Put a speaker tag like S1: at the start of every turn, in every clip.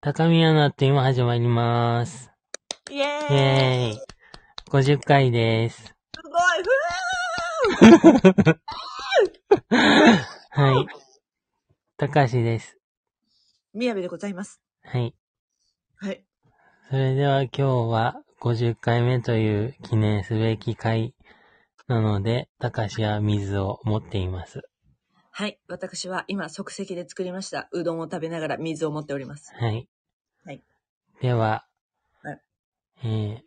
S1: 高宮のあっという間始まります。
S2: イエーイ
S1: イェーイ。50回です。
S2: すごい
S1: はい。高しです。
S2: みやべでございます。
S1: はい。
S2: はい。
S1: それでは今日は50回目という記念すべき回なので、高しは水を持っています。
S2: はい。私は今即席で作りました。うどんを食べながら水を持っております。
S1: はい。
S2: はい。
S1: では、
S2: は
S1: え
S2: い
S1: ー、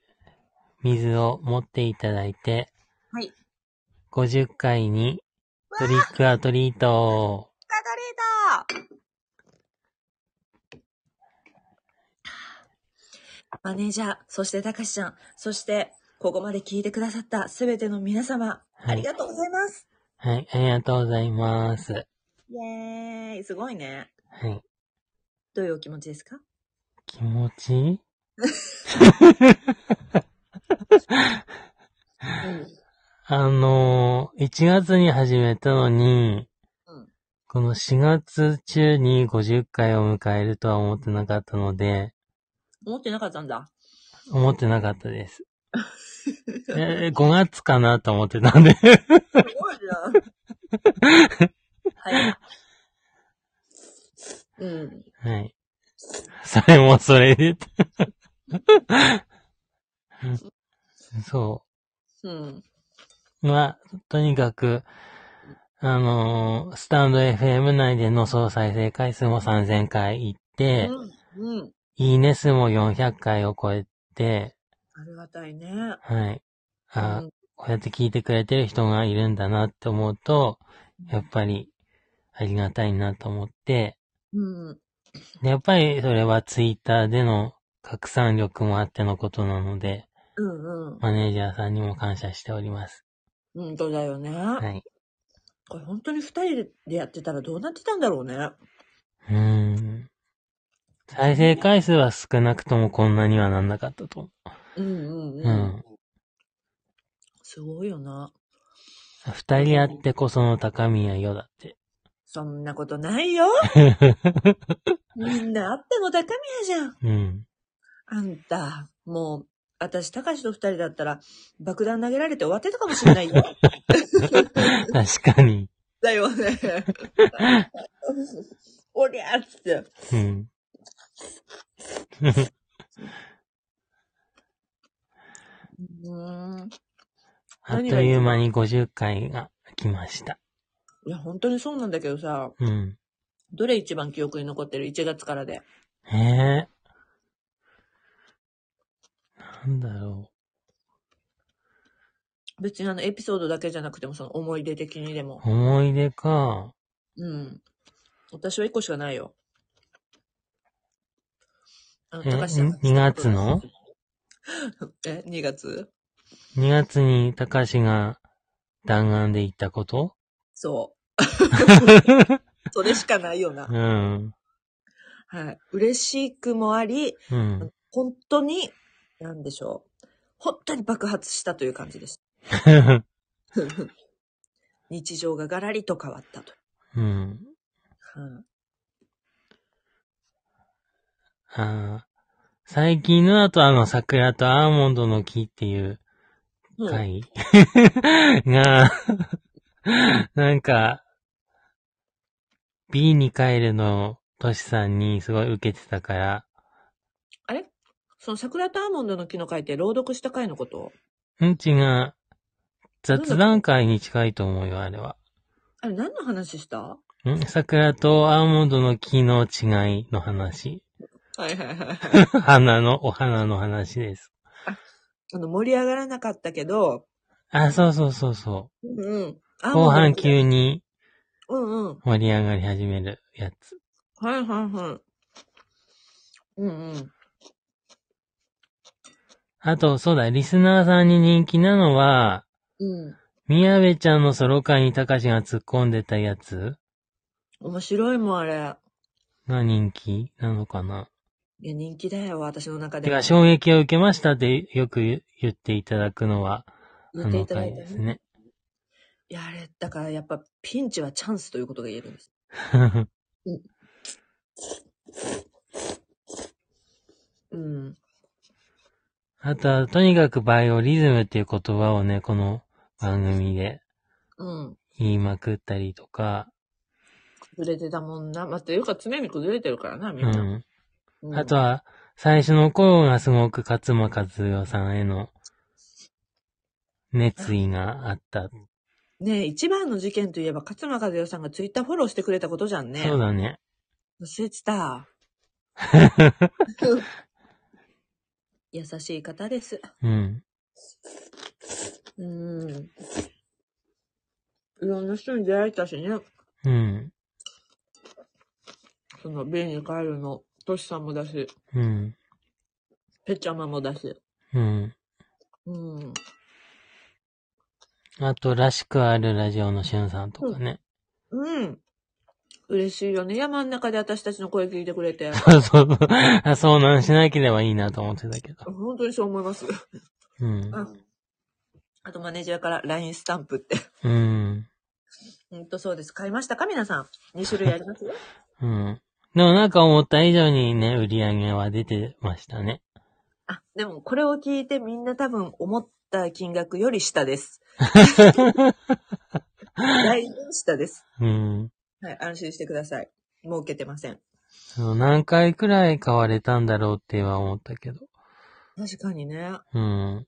S1: 水を持っていただいて、
S2: はい。
S1: 50回にトリックアトリートを
S2: カタリータマネージャー、そしてたかしちゃん、そして、ここまで聞いてくださったすべての皆様、
S1: はい
S2: ありがとうございます。
S1: はい、ありがとうございます。
S2: イエーイ、すごいね。
S1: はい。
S2: どういうお気持ちですか
S1: 気持ちいい
S2: うん。
S1: あのー、1月に始めたのに、
S2: うん
S1: この4月中に50回を迎えるとは思ってなかったので、
S2: 思ってなかった んだ。
S1: 思ってなかったです。えー5月かなと思ってたんで。
S2: すごいじゃん。はい。うん。
S1: はい。それもそれで。 そ
S2: うん。
S1: う。まあ、とにかく、あのースタンド FM 内での総再生回数も3000回いって、
S2: うん。うん。
S1: いいね数も400回を超えて、
S2: ありがたいね。
S1: はい。
S2: う
S1: あ、
S2: ん
S1: こうやって聞いてくれてる人がいるんだなって思うと、やっぱりありがたいなと思って、
S2: うん。
S1: でやっぱりそれはツイッターでの拡散力もあってのことなので、
S2: うんうん。
S1: マネージャーさんにも感謝しております。
S2: 本当だよね。
S1: はい。
S2: これ本当に二人でやってたらどうなってたんだろうね。
S1: うーん。再生回数は少なくともこんなにはなんなかったと思
S2: うんう
S1: う。
S2: んう。
S1: うんん。
S2: すごいよな。
S1: 二人あってこその高宮よだって。
S2: そんなことないよ。みんなあっての高宮じゃん。
S1: うん。
S2: あんた、もう、私、高しと二人だったら、爆弾投げられて終わってたかもしれないよ。
S1: 確かに。
S2: だよね。おりゃっつって。
S1: うん。
S2: うーん。
S1: あっという間に50回が来ました。
S2: いや、本当にそうなんだけどさ、
S1: うん。
S2: どれ一番記憶に残ってる ?1 月からで。
S1: へえ。なんだろ
S2: 別にあの、エピソードだけじゃなくても、その思い出的にでも。
S1: う。思い出か。
S2: うん。私は1個しかないよ。あの、
S1: え
S2: 高橋さんが。
S1: に2月の
S2: え、2月
S1: 2月に高志が弾丸で行ったこと
S2: そう。それしかないよな
S1: う。ん。
S2: はい。嬉しくもあり、
S1: うん。
S2: 本当に、なんでしょう。本当に爆発したという感じです。日常がガラリと変わったと。
S1: うん。
S2: うん
S1: あー最近のだとあの桜とアーモンドの木っていう
S2: うん。
S1: 回が、 なんか、B に帰るのとしさんにすごい受けてたから、
S2: あれその桜とアーモンドの木の会って朗読した会のこと
S1: うんちが雑談会に近いと思うよ、あれは。
S2: あれ何の話したは
S1: ん桜とアーモンドの木の違いの話。
S2: いはいはいはい。
S1: 花の、お花の話です。
S2: あの、盛り上がらなかったけど、
S1: あ、そうそうそうそ
S2: うんうん。
S1: う。
S2: アーモンド
S1: 後
S2: の
S1: 半
S2: 木
S1: 急に
S2: うんうん。
S1: 盛り上がり始めるやつ。
S2: はいはいはい。うんうん。
S1: あと、そうだ、リスナーさんに人気なのは、
S2: うん。
S1: 宮部ちゃんのソロ会に高志が突っ込んでたやつ
S2: 面白いもんあれ。
S1: が人気なのかない
S2: や、人気だよ、私の中で
S1: て
S2: も。
S1: か、衝撃を受けましたってよく言言っていただくのは、
S2: 言
S1: あ
S2: って
S1: の
S2: いただ
S1: 回
S2: い
S1: で
S2: て
S1: す
S2: ね。
S1: ね。
S2: いや、あれ、だからやっぱ、ピンチはチャンスということが言えるんです。
S1: あとは、とにかくバイオリズムっていう言葉をね、この番組で
S2: うん。
S1: 言いまくったりとか、
S2: 崩れてたもんな。まあ、というか常に崩れてるからな、みん
S1: う
S2: な。
S1: ん。
S2: うん
S1: あとは、最初の頃がすごく勝間和代さんへの熱意があった。
S2: ねえ、一番の事件といえば、勝間和代さんがツイッターフォローしてくれたことじゃんね。
S1: そうだね。
S2: 忘れ てた。優しい方です。
S1: うん。
S2: うん。いろんな人に出会えたしね。
S1: うん。
S2: その、ベイに帰るの、トシさんもだし、
S1: うん。
S2: ペッチャマもだし。
S1: うん。
S2: うん。
S1: あと、らしくあるラジオのしゅんさんとかね。
S2: うん。嬉しいよね。山の中で私たちの声聞いてくれて。
S1: そうそうそう。あ、そう なんしなければいいなと思ってたけど。
S2: 本当にそう思います。
S1: うん。
S2: あとマネージャーから LINE スタンプって。
S1: うん。
S2: うんとそうです。買いましたか皆さん。2種類あ りますよ。
S1: うん。でもなんか思った以上にね、売り上げは出てましたね。
S2: あ、でもこれを聞いてみんな多分思った金額より 下です。だいぶ下です。
S1: うん。
S2: はい、安心してください。儲けてません。
S1: そう何回くらい買われたんだろうっては思ったけど。
S2: 確かにね。
S1: うん。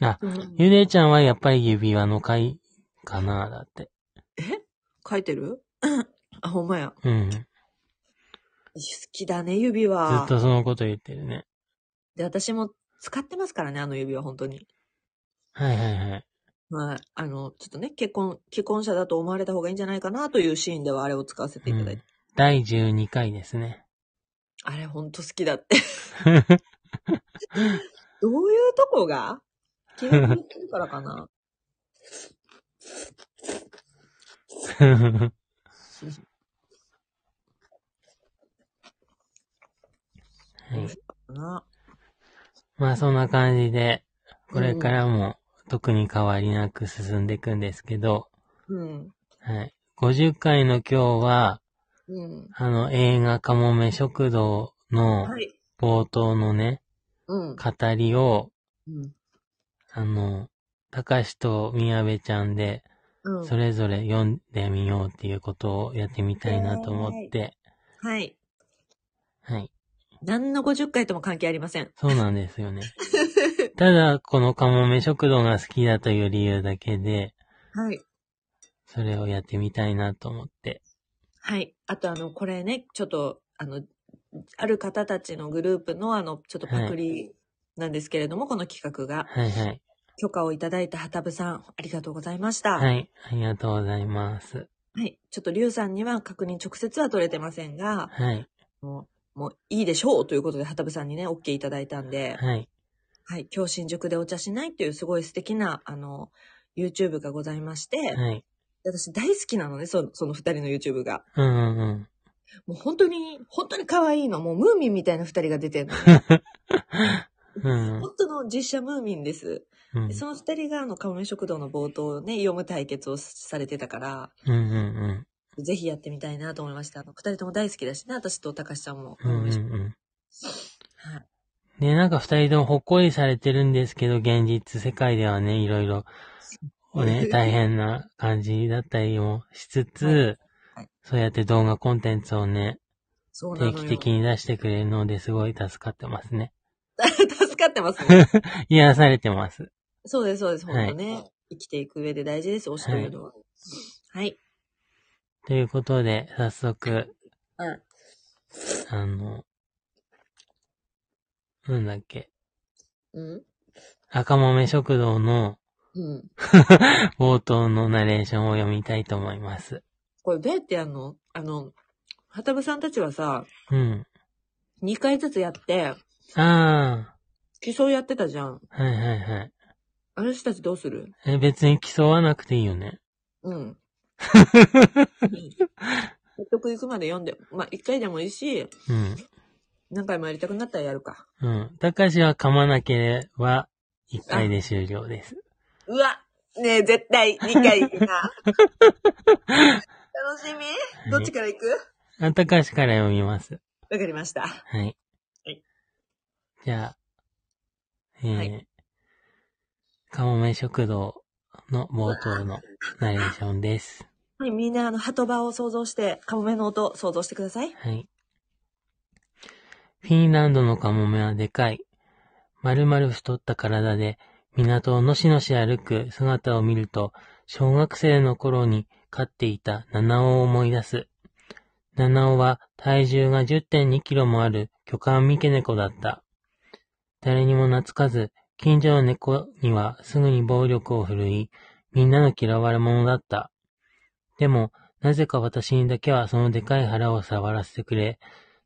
S1: あ、
S2: うん
S1: ゆでちゃんはやっぱり指輪の回かな、だって。
S2: 書いてる あ、ほんまや。
S1: うん。ず
S2: 好きだね、指輪
S1: っ。とそのこと言ってるね。
S2: で、私も使ってますからね、あの指輪、本当に。
S1: はいはいはい。
S2: まあ、あの、ちょっとね、結婚、既婚者だと思われた方がいいんじゃないかなというシーンではあれを使わせていただいて。
S1: うん第12回ですね。
S2: あれ、ほんと好き だって。どういうとこが気に入ってるからかな。
S1: はい
S2: な
S1: まあそんな感じで、これからも特に変わりなく進んでいくんですけど、
S2: うん。
S1: はい。50回の今日は、
S2: うん。
S1: あの映画かもめ食堂の
S2: はい。
S1: 冒頭のね、
S2: うん。
S1: 語りを、
S2: うん。
S1: あの、たかしとみやべちゃんで、
S2: うん
S1: それぞれ読んでみようっていうことをやってみたいなと思って、
S2: はい。
S1: はい。
S2: 何の50回とも関係ありません。
S1: そうなんですよね。ただ、このかもめ食堂が好きだという理由だけで、
S2: はい。
S1: それをやってみたいなと思って。
S2: はい。あと、あの、これね、ちょっと、あの、ある方たちのグループの、あの、ちょっとパクリなんですけれども、この企画が、
S1: はいはい。
S2: 許可をいただいたはたぶさん、ありがとうございました。
S1: はい。ありがとうございます。
S2: はい。ちょっと、りゅうさんには確認直接は取れてませんが、
S1: はい。
S2: もう、もういいでしょうということで、はたぶさんにね、OK いただいたんで、
S1: はい。
S2: はい。今日新宿でお茶しないっていう、すごい素敵な、あの、YouTube がございまして、
S1: はい。
S2: で私大好きなのね、その、その二人の YouTube が。
S1: うんうんうん。
S2: もう本当に、本当に可愛いの。もうムーミンみたいな二人が出てるの。
S1: うん
S2: 本当の実写ムーミンです。
S1: うん
S2: でその二人が、あの、カモメ食堂の冒頭をね、読む対決をされてたから、
S1: うんうん
S2: ぜひやってみたいなと思いました。あの、二人とも大好きだしね、私と高橋さんも。
S1: うん。うんうんうん。
S2: はい。
S1: で、なんか二人ともほっこりされてるんですけど、現実世界ではね、いろいろ、ね、大変な感じだったりもしつつ、
S2: はい
S1: そうやって動画コンテンツをね、
S2: そうなの
S1: 定
S2: よ。
S1: 期的に出してくれるのですごい助かってますね。
S2: 助かってま すね。
S1: 癒されてます。
S2: そうです、そうです。
S1: はい
S2: 本当ね、生きていく上で大事です、推しというのは。はい。
S1: ということで、早速、
S2: うん。
S1: あの、なんだっけ、
S2: うん。
S1: 赤豆食堂の
S2: うん。
S1: 冒頭のナレーションを読みたいと思います。
S2: これどうやってやんのあの、はたぶさんたちはさ、
S1: うん。
S2: 2回ずつやって、
S1: あ
S2: 競いやってたじゃん。
S1: あ、はいはいはい。
S2: あの人たちどうする
S1: え、別に競わなくていいよね。
S2: うん。納得いくまで読んで、まあ、1回でもいいし、
S1: うん。
S2: 何回もやりたくなったらやるか。
S1: うん。たかしは噛まなければ、一回で終了です。
S2: うわねえ、絶対、2回いい な。楽しみどっちから行く
S1: あ、たかしから読みます。
S2: わかりました。
S1: はい。
S2: はい
S1: じゃあ、えー
S2: はい
S1: かもめ食堂の冒頭のナレーションです。
S2: はい、みんなあの、鳩場を想像して、カモメの音を想像してください。
S1: はい。フィンランドのカモメはでかい。まるまる太った体で港をのしのし歩く姿を見ると、小学生の頃に飼っていた七尾を思い出す。七尾は体重が10.2キロもある巨漢三毛猫だった。誰にも懐かず、近所の猫にはすぐに暴力を振るい、みんなの嫌われ者だった。でも、なぜか私にだけはそのでかい腹を触らせてくれ、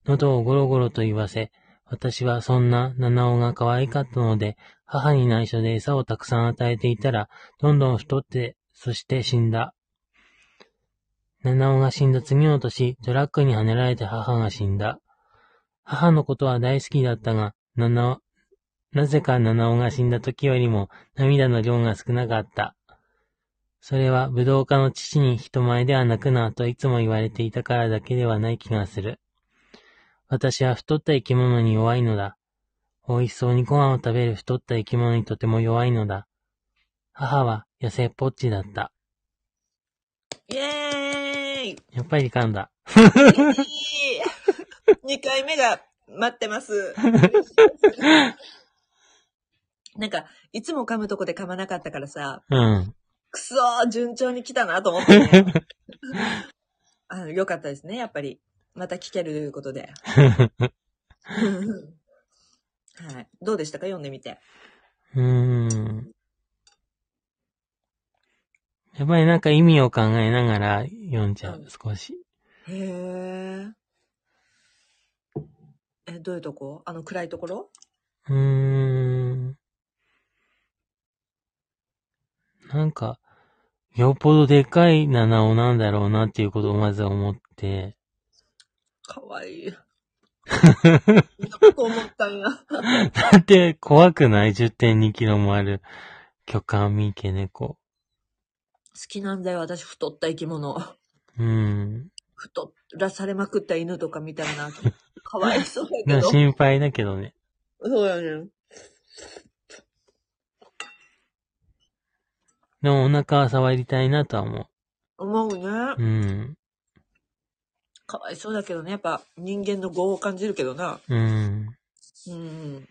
S1: 喉をゴロゴロと言わせ、私はそんな七尾が可愛かったので、母に内緒で餌をたくさん与えていたら、どんどん太って、そして死んだ。七尾が死んだ次の年、トラックにはねられて母が死んだ。母のことは大好きだったが、七尾、なぜか七尾が死んだ時よりも涙の量が少なかった。それは武道家の父に人前では泣くなといつも言われていたからだけではない気がする。私は太った生き物に弱いのだ。美味しそうにご飯を食べる太った生き物にとても弱いのだ。母は痩せっぽっちだった。
S2: イエーイ
S1: やっぱり噛んだ。
S2: 2回目が待ってます。 なんか、いつも噛むとこで噛まなかったからさ、
S1: うん。
S2: くそー順調に来たなと思って、 ねあの。よかったですね、やっぱり。また聞けるということで。はい。どうでしたか読んでみて。
S1: うーん。やっぱりなんか意味を考えながら読んじゃう、少し。
S2: へー。え、どういうとこあの、暗いところ
S1: うーん。なんか、よっぽどでかい七尾なんだろうなっていうことをまず思って、
S2: かわ いい。そんなこと思ったんや。
S1: だって怖くない ?10.2 キロもある巨漢三毛猫。
S2: 好きなんだよ、私、太った生き物。
S1: うん。
S2: 太らされまくった犬とかみたいな。かわいそう
S1: で
S2: だ
S1: も
S2: けど。
S1: 心配だけどね。
S2: そうやね。
S1: でもお腹は触りたいなとは思
S2: 思うね
S1: う。う。ん。
S2: かわいそうだけどね。やっぱ人間の業を感じるけどな。
S1: うん。
S2: うん。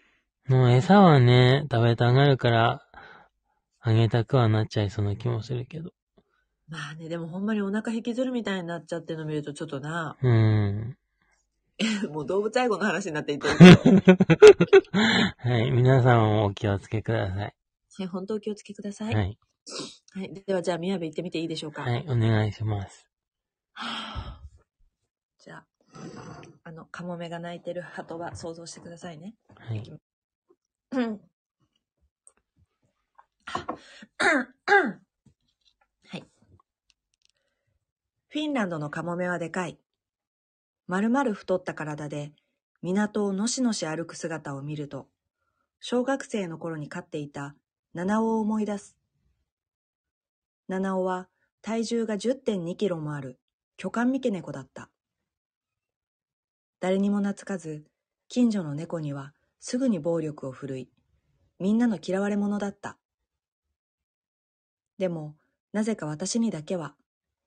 S1: もう餌はね、食べたがるから、あげたくはなっちゃいそうな気もするけど。
S2: まあね、でもほんまにお腹引きずるみたいになっちゃってるの見るとちょっとな、
S1: うん。
S2: もう動物愛護の話になってい ってるけど
S1: はい。皆さんもお気をつけください。
S2: はい、本当お気をつけください。
S1: は
S2: はい。
S1: い。
S2: ではじゃあ、宮部行ってみていいでしょうか。
S1: はい。お願いします。
S2: じゃあ、あの、カモメが鳴いてる鳩は想像してくださいね。
S1: はい。
S2: うんはい。フィンランドのカモメはでかい。まるまる太った体で、港をのしのし歩く姿を見ると、小学生の頃に飼っていた七尾を思い出す。七尾は体重が10.2キロもある巨漢三毛猫だった。誰にも懐かず、近所の猫にはすぐに暴力を振るい、みんなの嫌われ者だった。でも、なぜか私にだけは、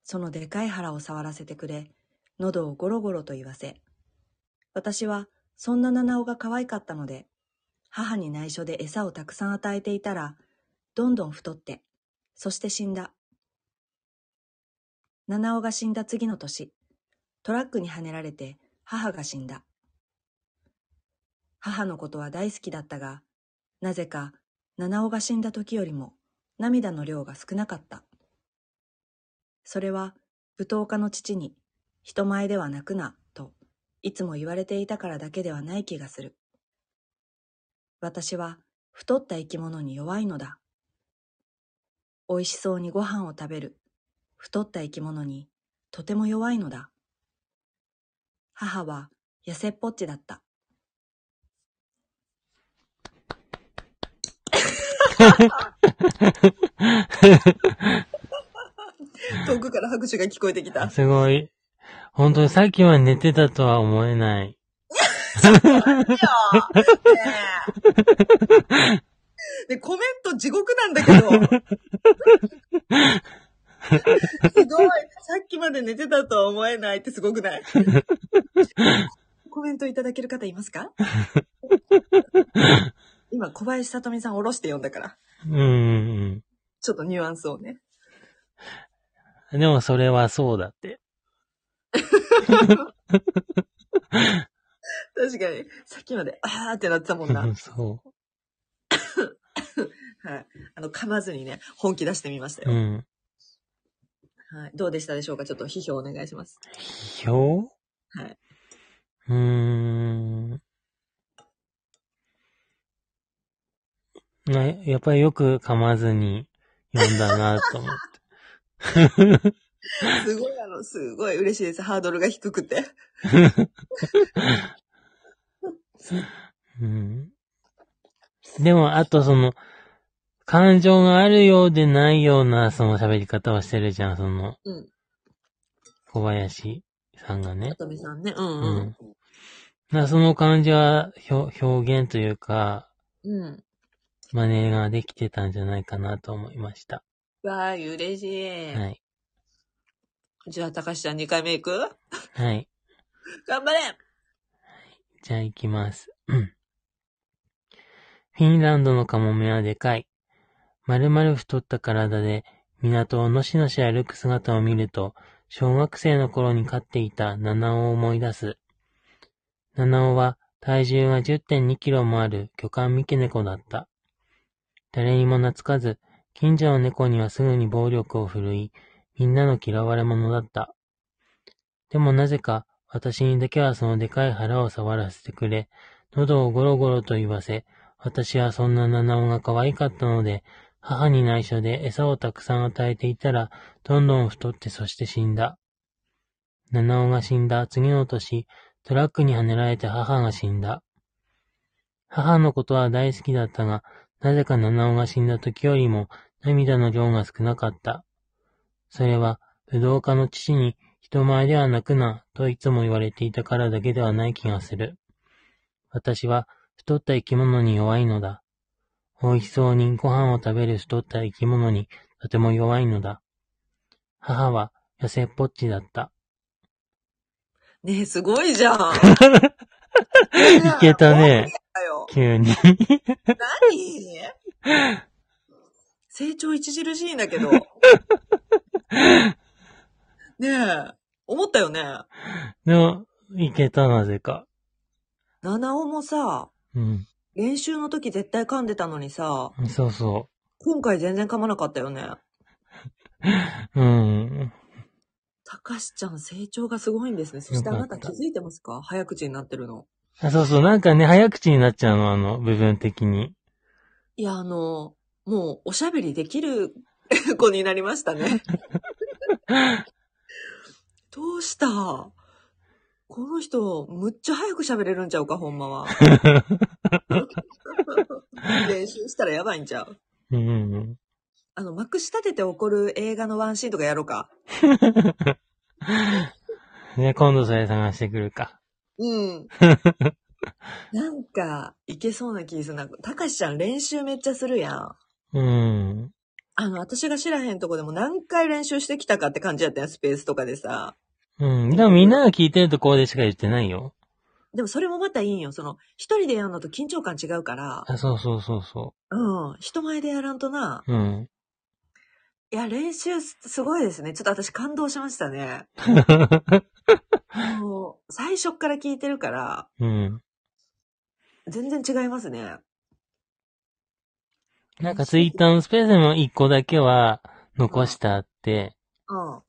S2: そのでかい腹を触らせてくれ、喉をゴロゴロと言わせ、私はそんな七尾が可愛かったので、母に内緒で餌をたくさん与えていたら、どんどん太って、そして死んだ。七尾が死んだ次の年、トラックにはねられて母が死んだ。母のことは大好きだったが、なぜか七尾が死んだ時よりも涙の量が少なかった。それは舞踏家の父に人前では泣くなといつも言われていたからだけではない気がする。私は太った生き物に弱いのだ。美味しそうにご飯を食べる太った生き物にとても弱いのだ。母は痩せっぽっちだった。遠くから拍手が聞こえてき
S1: すごい。本当にさっきは寝てたとは思えない。
S2: ねえね、コメント地獄なんだけど。すごい。さっきまで寝てたとは思えないってすごくないコメントいただける方いますか今、小林さとみさんおろして読んだから、
S1: うんうん
S2: ちょっとニュアンスをね。
S1: うん。でもそれはそうだって。
S2: 確かに、さっきまで、あーってなってたもんな。
S1: うん
S2: は い。
S1: そ
S2: あの、噛まずにね、本気出してみました
S1: う。う
S2: よ。
S1: ん。
S2: はい。どうでしたでしょうかちょっと批評お願いします。
S1: 批評
S2: はい。
S1: うーん。な、やっぱりよく噛まずに読んだなと思っ
S2: すごい、あの、すごい嬉しいです。ハードルが低くて。
S1: て。うん。でも、あとその、感情があるようでないような、その喋り方をしてるじゃん、その、
S2: うん。
S1: 小林さんがね
S2: さ。とみさんね。うんうん。
S1: なその感じは、ひょ表現というか、
S2: うん。
S1: 真似ができてたんじゃないかなと思いました。
S2: わー、嬉しい。
S1: はい。
S2: じゃあ、たかしちゃん2回目行く
S1: はい。
S2: 頑張れ
S1: じゃあ行きます。うんフィンランドのカモメはでかい。まるまる太った体で港をのしのし歩く姿を見ると、小学生の頃に飼っていた七尾を思い出す。七尾は体重が10.2キロもある巨漢三毛猫だった。誰にも懐かず、近所の猫にはすぐに暴力を振るい、みんなの嫌われ者だった。でもなぜか、私にだけはそのでかい腹を触らせてくれ、喉をゴロゴロと言わせ、私はそんな七尾が可愛かったので、母に内緒で餌をたくさん与えていたら、どんどん太ってそして死んだ。七尾が死んだ次の年、トラックにはねられて母が死んだ。母のことは大好きだったが、なぜか七尾が死んだ時よりも涙の量が少なかった。それは、武道家の父に人前では泣くな、といつも言われていたからだけではない気がする。私は太った生き物に弱いのだ。美味しそうにご飯を食べる太った生き物にとても弱いのだ。母は痩せっぽっちだった。
S2: ねえ、すご いじゃん
S1: いけたね。
S2: だよ
S1: 急 に。
S2: 何成長著しいんだ けど。ねえ、思ったよね。
S1: でも、いけたなぜか。
S2: 七尾もさ、
S1: うん。
S2: 練習の時絶対噛んでたのにさ、
S1: そうそ
S2: 今回全然噛まなかったよね。
S1: う。うん。
S2: たかしちゃん成長がすごいんですね。そしてあなた気づいてますか早口になってるの。
S1: あそうそう。なんかね、早口になっちゃうの、あの、部分的に。
S2: いや、あの、もうおしゃべりできる 子になりましたね。どうしたこの人、むっちゃ早く喋れるんちゃうか、ほんまは。練習したらやばいんちゃう
S1: うん。
S2: あの、まくし立てて怒る映画のワンシーンとかやろうか。
S1: ね、今度それ探してくるか。
S2: うん。なんか、いけそうな気するな。たかしちゃん練習めっちゃするやん。
S1: うん。
S2: あの、私が知らへんとこでも何回練習してきたかって感じやったやん、スペースとかでさ。
S1: うん。でもみんなが聞いてるとこでしか言ってないよ。
S2: でもそれもまたいいんよ。その、一人でやるのと緊張感違うから、
S1: あ、そうそうそうそ
S2: うん、人前でやらんとな。
S1: う。うん。
S2: いや、練習すすごいですね。ちょっと私感動しました ね。もう、最初っから聞いてるから、
S1: うん。
S2: 全然違いますね。
S1: なんかツイッターのスペースでも一個だけは残したって、
S2: うん。うん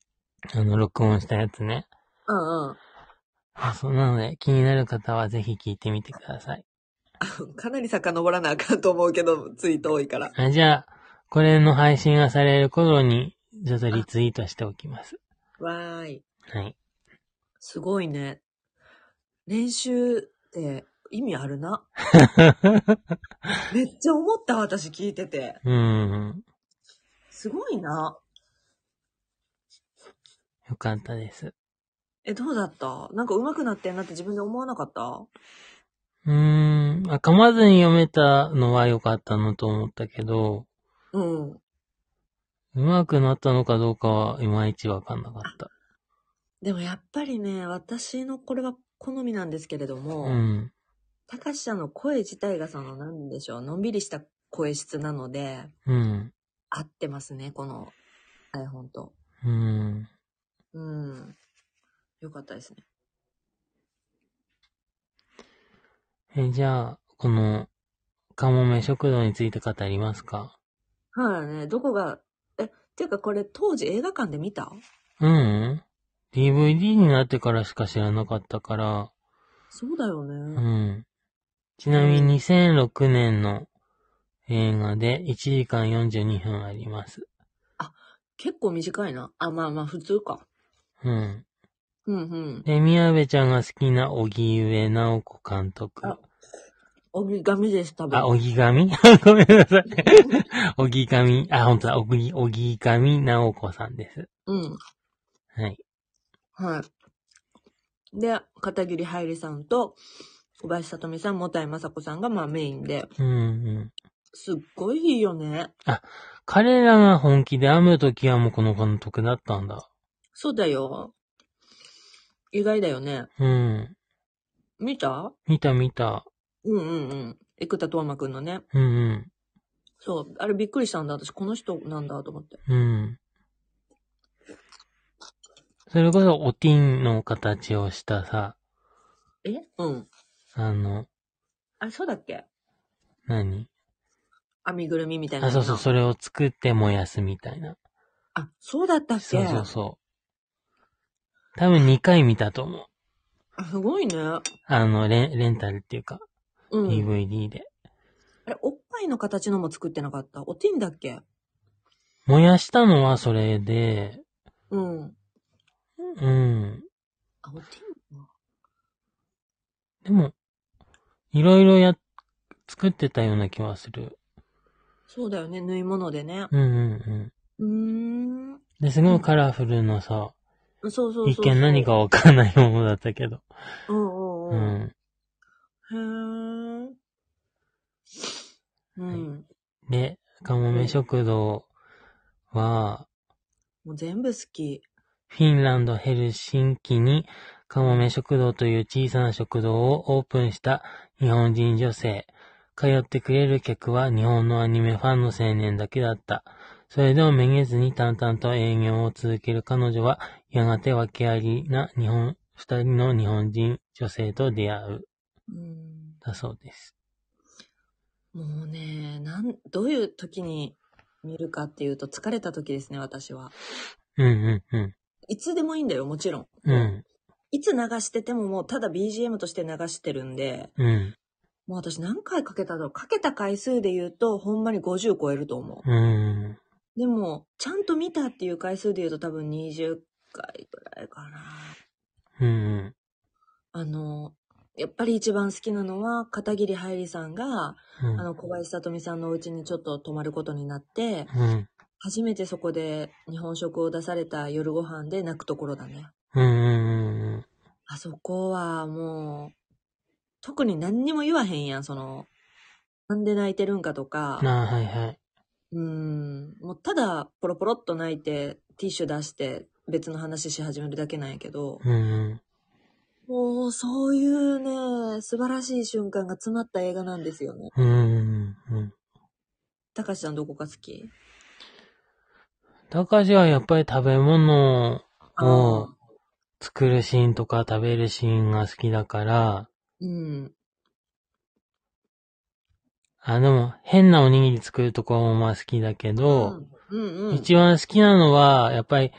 S1: あの、録音したやつね。
S2: うん。
S1: あそうなので、気になる方はぜひ聞いてみてください。
S2: かなり遡らなあかんと思うけど、ツイート多いから。
S1: あじゃあ、これの配信がされる頃に、ちょっとリツイートしておきます。
S2: わーい。
S1: はい。
S2: すごいね。練習って意味ある な。めっちゃ思った、私聞いてて。
S1: うん。
S2: すごいな。
S1: よかったです。
S2: え、どうだったなんか上手くなってんなって自分で思わなかった
S1: うーん、あ、噛まずに読めたのは良かったなと思ったけど、
S2: うん。
S1: うまくなったのかどうかはいまいちわかんなかった。
S2: でもやっぱりね、私のこれは好みなんですけれども、
S1: うん。
S2: たかしちゃんの声自体がその、なんでしょう、のんびりした声質なので、
S1: うん。
S2: 合ってますね、この台本と。
S1: うん。
S2: うん。よかったですね。
S1: え、じゃあ、この、カモメ食堂について語りますか
S2: はいね、どこが、え、っていうかこれ当時映画館で見た
S1: うん。DVD になってからしか知らなかったから、
S2: そうだよね。
S1: うん。ちなみに2006年の映画で1時間42分あります。
S2: 結構短いな。あ、まあまあ普通か。
S1: うん。
S2: うんうん。
S1: で、宮部ちゃんが好きな小木上直子監督。
S2: あ折り紙です、多分。
S1: あ、おぎがみ ごめんなさい。おぎがみ、あ、本当だ、おぎ、おぎがみなおこさんです。
S2: うん。
S1: はい。
S2: はい。で、片桐はいりさんと、小林さとみさん、もたいまさこさんがまあメインで、
S1: うんうん。
S2: すっごいいいよね。
S1: 彼らが本気で編むときはもうこの監督だったんだ。
S2: そうだよ。意外だよね。
S1: うん。
S2: 見た
S1: 見た見た。
S2: うんうんうん。生田斗真くんのね。
S1: うん
S2: そう。あれびっくりしたんだ。私、この人なんだと思って。
S1: うん。うん。それこそ、おティンの形をしたさ、
S2: えうん。
S1: あの、
S2: あれ、そうだっけ
S1: 何
S2: 編みぐるみみたいな。
S1: あ、そうそう、それを作って燃やすみたいな。
S2: あ、そうだったっけ
S1: そうそうそう。多分2回見たと思う。
S2: あすごいね。
S1: あの、レン、レンタルっていうか、
S2: うん。
S1: DVD で。
S2: あれ、おっぱいの形のも作ってなかった。おてんだっけ
S1: 燃やしたのはそれで、
S2: うん。
S1: うん。
S2: あ、おてんか
S1: でも、いろいろや、作ってたような気はする。
S2: そうだよね。縫い物でね。
S1: うんうん
S2: うーん。
S1: うん。で、すごいカラフルなさ、
S2: そうそうそう
S1: 一見何か。わかんないものだったけど。
S2: うんうん
S1: う
S2: う
S1: ん。
S2: ん。へー。うん。
S1: で、カモメ食堂は、
S2: もう全部好き。
S1: フィンランドヘルシンキにカモメ食堂という小さな食堂をオープンした日本人女性。通ってくれる客は日本のアニメファンの青年だけだった。それでもめげずに淡々と営業を続ける彼女は、やがて訳ありな日本、二人の日本人女性と出会う。
S2: うん。
S1: だそうです。
S2: もうね、なん、どういう時に見るかっていうと疲れた時ですね、私は。
S1: うんうんうん。
S2: いつでもいいんだよ、もちろん。
S1: うん、
S2: いつ流しててももうただ BGM として流してるんで、
S1: うん、
S2: もう私何回かけただろう。かけた回数で言うと、ほんまに50超えると思
S1: うん。
S2: う。でも、ちゃんと見たっていう回数で言うと多分20回ぐらいかな。
S1: うん、うん、
S2: あの、やっぱり一番好きなのは、片桐はいりさんが、
S1: うん。
S2: あの、小林さとみさんのお家にちょっと泊まることになって、
S1: うん、
S2: 初めてそこで日本食を出された夜ご飯で泣くところだね。
S1: うん、うん、うん。
S2: あそこはもう、特に何にも言わへんやん、その、なんで泣いてるんかとか、
S1: なあ、はいはい。
S2: うん、もうただポロポロっと泣いて、ティッシュ出して別の話し始めるだけなんやけど、
S1: うん、うん。
S2: もうそういうね、素晴らしい瞬間が詰まった映画なんですよね。
S1: うんうんうん。
S2: たかしちゃんどこが好き
S1: たかしはやっぱり食べ物
S2: あ
S1: を
S2: あ
S1: 作るシーンとか食べるシーンが好きだから、
S2: うん。
S1: あ、でも変なおにぎり作るところもまあ好きだけど、
S2: うんうん。
S1: 一番好きなのは、やっぱり、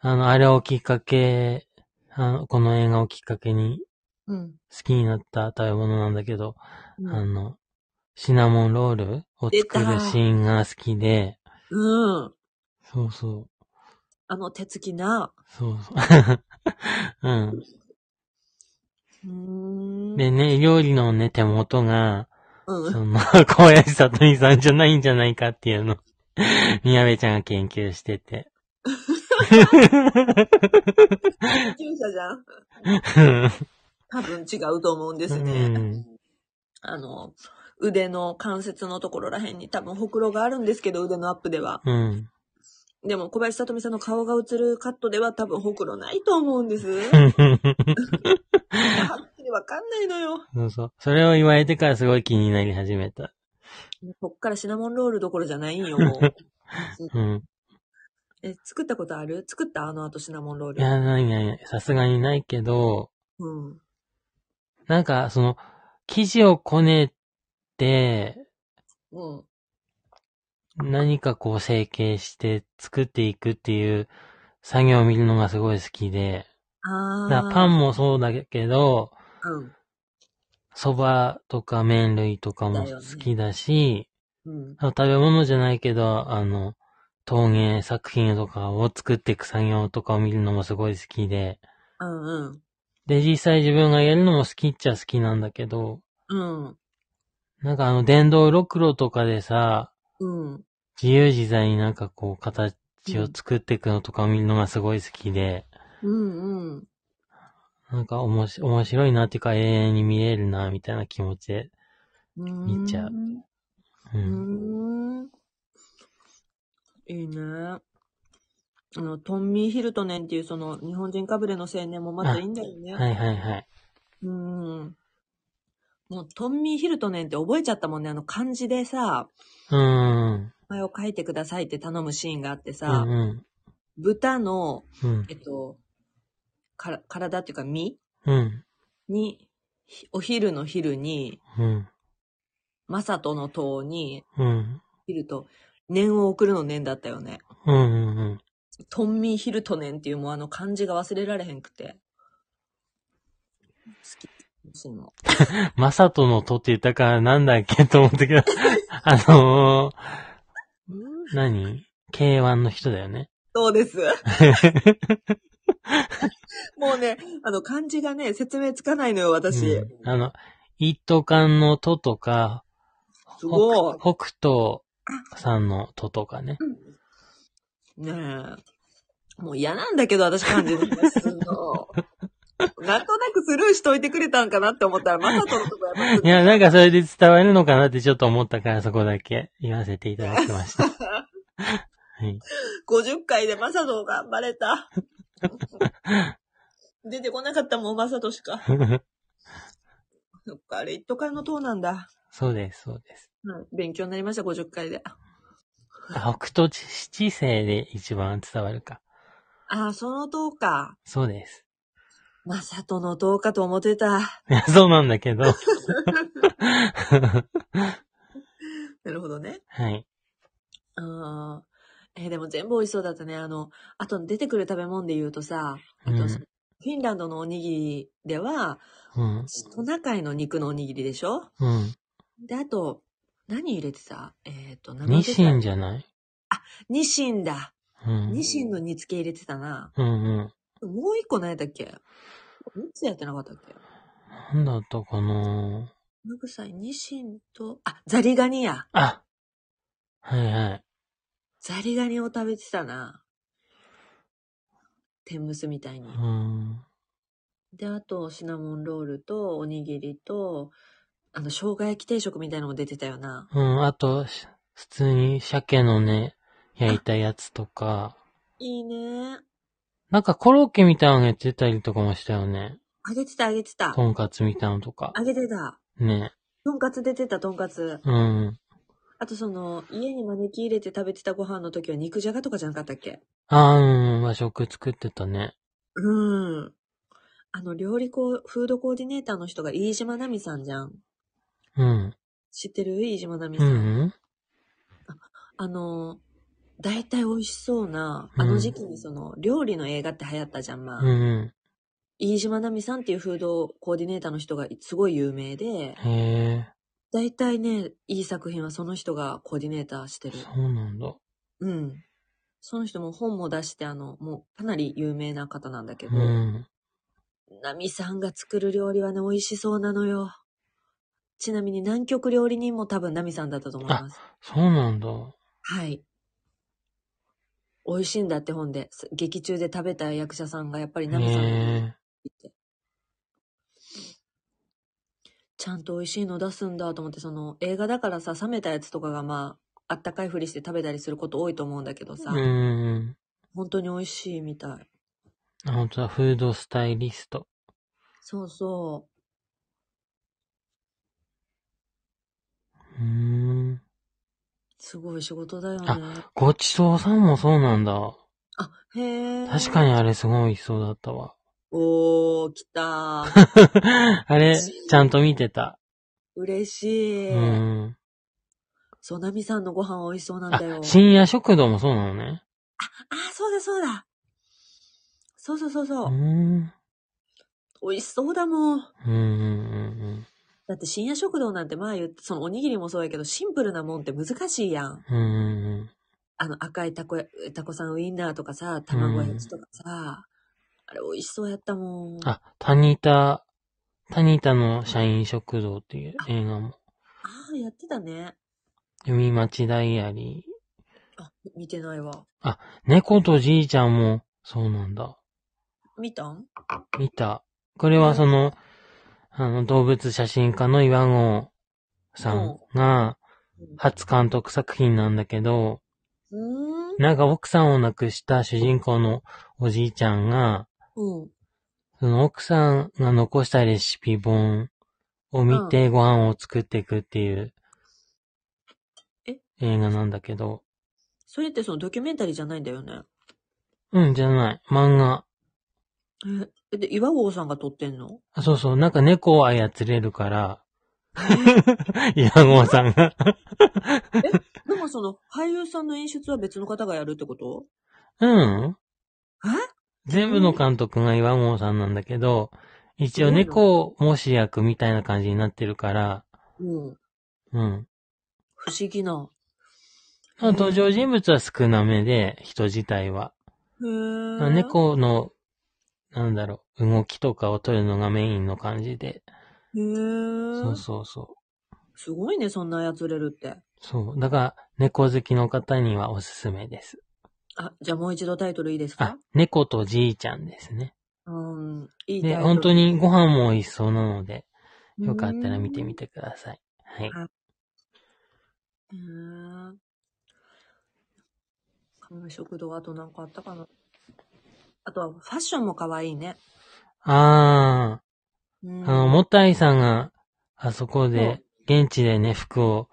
S1: あの、あれをきっかけ、あの、この映画をきっかけに
S2: うん。
S1: 好きになった食べ物なんだけど、
S2: うん
S1: あの、シナモンロールを作るシーンが好きで、
S2: うん。
S1: そうそう。
S2: あの手つきな。
S1: そうそう。 うん。
S2: うーん。
S1: でね、料理のね、手元が、
S2: うん。
S1: その、 小林さとみさんじゃないんじゃないかっていうの、 宮部ちゃんが研究してて。
S2: 研究者じゃん。多分違うと思うんですね。
S1: うん
S2: あの、腕の関節のところらへんに多分ほくろがあるんですけど、腕のアップでは。
S1: うん。
S2: でも小林さとみさんの顔が映るカットでは多分ほくろないと 思うんです。はっきりわかんないのよ。
S1: そうそう。それを言われてからすごい気になり始めた。
S2: こっからシナモンロールどころじゃないんよ、もう。
S1: うん。
S2: え、作ったことある作ったあの後シナモンロー
S1: い
S2: ル。
S1: や、ないないない。さすがにないけど、
S2: うん。
S1: なんか、その、生地をこねて、
S2: うん。
S1: 何かこう成形して作っていくっていう作業を見るのがすごい好きで、だか
S2: あ
S1: ら
S2: あ。
S1: パンもそうだけど、
S2: うん。
S1: 蕎麦とか麺類とかも
S2: だよね
S1: 好きだし、
S2: うん。
S1: あの食べ物じゃないけど、あの、陶芸作品とかを作っていく作業とかを見るのもすごい好きで、
S2: うん。
S1: で、実際自分がやるのも好きっちゃ好きなんだけど、
S2: うん。
S1: なんかあの電動ろくろとかでさ、
S2: うん。
S1: 自由自在になんかこう形を作っていくのとかを見るのがすごい好きで、
S2: うん。うん。
S1: なんかおもし面白いなっていうか永遠に見えるな、みたいな気持ちで。見ちゃうう。
S2: うんん。うーん。いいね。あの、トンミー・ヒルトネンっていうその日本人かぶれの青年もまたいいんだよね。
S1: はいはいはい。
S2: うん。もうトンミー・ヒルトネンって覚えちゃったもんね。あの漢字でさ、
S1: うーん。
S2: 名前を書いてくださいって頼むシーンがあって
S1: う
S2: さ、
S1: ん
S2: 豚の、
S1: うん。うん
S2: え。っと、から体っていうか身
S1: うん。
S2: に、ひお昼の昼に、
S1: うん。
S2: マサトの塔に、
S1: うん。
S2: ヒルト、念を送るの念だったよね。
S1: うん。うん。
S2: トンミー・ヒルトネンっていうもうあの漢字が忘れられへんくて。好き。そういうの。
S1: まさとのとって言ったからなんだっけと思ったけど、あのー、何 ?K1 の人だよね。
S2: そうです。 もうね、あの漢字がね、説明つかないのよ、私。
S1: うん、あの、一斗缶のととか、
S2: すごい。
S1: 北北斗さんのととかね。
S2: ねえ。もう嫌なんだけど、私感じるんです の。なんとなくスルーしといてくれたんかなって思ったら、まさとのとこやっ
S1: い
S2: ぱ
S1: や、なんかそれで伝わるのかなってちょっと思ったからそこだけ言わせていただきました。はい。
S2: 50回でまさと頑張 れた。出てこなかったもん、まさとしか。そっか、あれ、一斗缶の塔なんだ。
S1: そうです、そうです。
S2: うん、勉強になりました、50回で。
S1: あ北斗七星で一番伝わるか。
S2: ああ、その塔か。
S1: そうです。
S2: まさとの塔かと思ってた。
S1: いやそうなんだけど。
S2: なるほどね。
S1: はい。
S2: あーえーでも全部美味しそうだったね。あの、あと出てくる食べ物で言うとさ、あ
S1: う
S2: と
S1: ん
S2: そのフィンランドのおにぎりでは、
S1: うん。
S2: トナカイの肉のおにぎりでしょ
S1: うん。
S2: で、あと、何入れてたえっ、と、生
S1: ニシン
S2: じ
S1: じゃない
S2: ニシンだ。
S1: うん。
S2: ニシンの煮付け入れてたな。
S1: うんうん。
S2: もう一個何やったっけ三つやってなかったっけ
S1: なんだったかな
S2: 野臭い、ニシンと、あ、ザリガニや。
S1: あはいはい。
S2: ザリガニを食べてたな。天むすみたいに
S1: う。ん。
S2: で、あと、シナモンロールと、おにぎりと、あの、生姜焼き定食みたいなのも出てたよな。
S1: うん、あと、し普通に鮭のね、焼いたやつとか、
S2: いいね。
S1: なんかコロッケみたいなのやってたりとかもしたよね。
S2: あげてた、あげてた。
S1: とんかつみたいなのとか。
S2: あげてた。
S1: ね。
S2: とんかつ出てた、とんかつ。
S1: うん。
S2: あと、その、家に招き入れて食べてたご飯の時は肉じゃがとかじゃなかったっけ
S1: あーうん、和食作ってたね。
S2: うん。あの、料理こう、フードコーディネーターの人が飯島奈美さんじゃん。
S1: うん。
S2: 知ってる飯島奈美
S1: う
S2: さ
S1: ん
S2: ん。
S1: うん。
S2: あの、大体美味しそうな、
S1: うん
S2: あの時期にその、料理の映画って流行ったじゃん、まあ。
S1: うん
S2: 飯島奈美さんっていうフードコーディネーターの人がすごい有名で、
S1: うん。へえ、
S2: 大体ね、いい作品はその人がコーディネーターしてる。
S1: そうなんだ。
S2: うん。その人も本も出して、あの、もうかなり有名な方なんだけど、
S1: う
S2: 奈
S1: ん。
S2: 美さんが作る料理はね、美味しそうなのよ。ちなみに南極料理人も多分奈美さんだったと思います。
S1: そうなんだ。
S2: はい。美味しいんだって本で、劇中で食べた役者さんがやっぱり奈美さんだって
S1: ね
S2: 言って。ちゃんと美味しいの出すんだと思って、その映画だからさ、冷めたやつとかがまあ、あったかいふりして食べたりすること多いと思うんだけどさ、
S1: うーん。
S2: 本当に美味しいみたい。
S1: あ本当だ、フードスタイリスト。
S2: そうそう
S1: ーん。
S2: う。すごい仕事だよね。
S1: ごちそうさんもそうなんだ。
S2: あ、へえ。
S1: 確かにあれすごい美味しそうだったわ。
S2: おー、来た。
S1: あれ、ちゃんと見てた。
S2: 嬉し
S1: う
S2: い。
S1: ーん。
S2: そう、ナミさんのご飯美味しそうなん
S1: あ
S2: だよ。、
S1: 深夜食堂もそうなのね。
S2: あ、そうだそうだ。そうそうそう
S1: う
S2: そ
S1: ー
S2: う。
S1: ん。
S2: 美味しそうだもん。
S1: うんうん
S2: だって深夜食堂なんて前言って、そのおにぎりもそうやけど、シンプルなもんって難しいやん。
S1: うんうん。うんうんうん。
S2: あの赤いたこや、たこさんウインナーとかさ、卵焼きとかさ、あれ美味しそうやったもん。
S1: あ、タニタ、タニタの社員食堂っていう映画も。
S2: あーやってたね。
S1: 海町ダイアリ
S2: あ、見てないわ。
S1: ー。猫とじいちゃんもそうなんだ。
S2: 見たん
S1: 見た。これはその、あの、動物写真家の岩合さんが、初監督作品なんだけど、
S2: うん。
S1: なんか奥さんを亡くした主人公のおじいちゃんが、
S2: うん。
S1: その奥さんが残したレシピ本を見てご飯を作っていくっていう
S2: え
S1: 映画なんだけど、
S2: それってそのドキュメンタリーじゃないんだよね。
S1: うん、じゃない。漫画。
S2: え、で、岩合さんが撮って んの
S1: あそうそう、なんか猫を操れるから、 岩合さんが。
S2: でもその、俳優さんの演出は別の方がやるってこと
S1: うん。
S2: え
S1: 全部の監督が岩合さんなんだけど、一応
S2: すごいな
S1: 猫をもし役みたいな感じになってるから、
S2: うん。
S1: うん。
S2: 不思議な。
S1: まあ登場人物は少なめで、人自体は。
S2: へ
S1: ま
S2: ー
S1: あ。猫の、なんだろう、動きとかを取るのがメインの感じで。
S2: へー
S1: そうそうそう。
S2: すごいね、そんな操れるって。
S1: そう。だから、猫好きの方にはおすすめです。
S2: あ、じゃあもう一度タイトルいいです
S1: あ
S2: か、
S1: 猫とじいちゃんですね。
S2: うん、いいタイ
S1: で、
S2: トル。
S1: 本当にご飯も美味しそうなので、よかったら見てみてください。はい。
S2: うん。へー亀食堂、あとなんかあったかなあとは、ファッションも可愛いね。
S1: あ
S2: う
S1: ー、
S2: ん
S1: あの、もったいさんが、あそこで
S2: そ、
S1: 現地でね、服を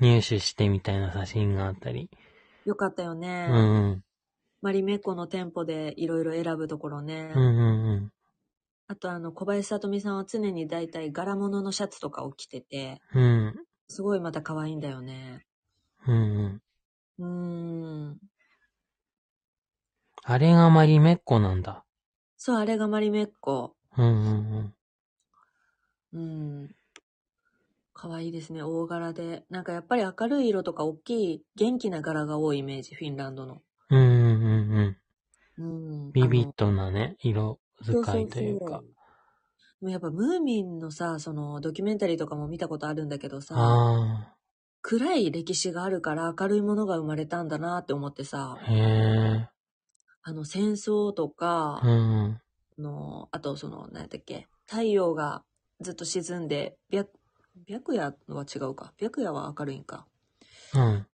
S1: 入手してみたいな写真があったり。
S2: よかったよ
S1: う
S2: ね。
S1: んうん。
S2: マリメッコの店舗でいろいろ選ぶところね。
S1: うんうんうん。
S2: あとあの、小林さとみさんは常に大体柄物のシャツとかを着てて、
S1: うん。
S2: すごいまた可愛いんだよね。
S1: うんうん。
S2: うーん。
S1: あれがマリメッコなんだ。
S2: そう、あれがマリメッコ。
S1: うんうんうん。
S2: うん。可愛いですね、大柄で。なんかやっぱり明るい色とか大きい、元気な柄が多いイメージ、フィンランドの。
S1: うんうんうんうん。
S2: うん。
S1: ビビ
S2: あ
S1: ッ
S2: の
S1: ドなね、色使いという。
S2: そ
S1: か
S2: そそ。でもやっぱムーミンのさ、そのドキュメンタリーとかも見たことあるんだけどさ、
S1: あ
S2: 暗い歴史があるから明るいものが生まれたんだなって思ってさ
S1: あ、、へえ。
S2: あの戦争とか、
S1: うんうん。
S2: あの、あとその、何やったっけ、太陽がずっと沈んで、白、白夜は違うか。白夜は明るいんか。
S1: うん。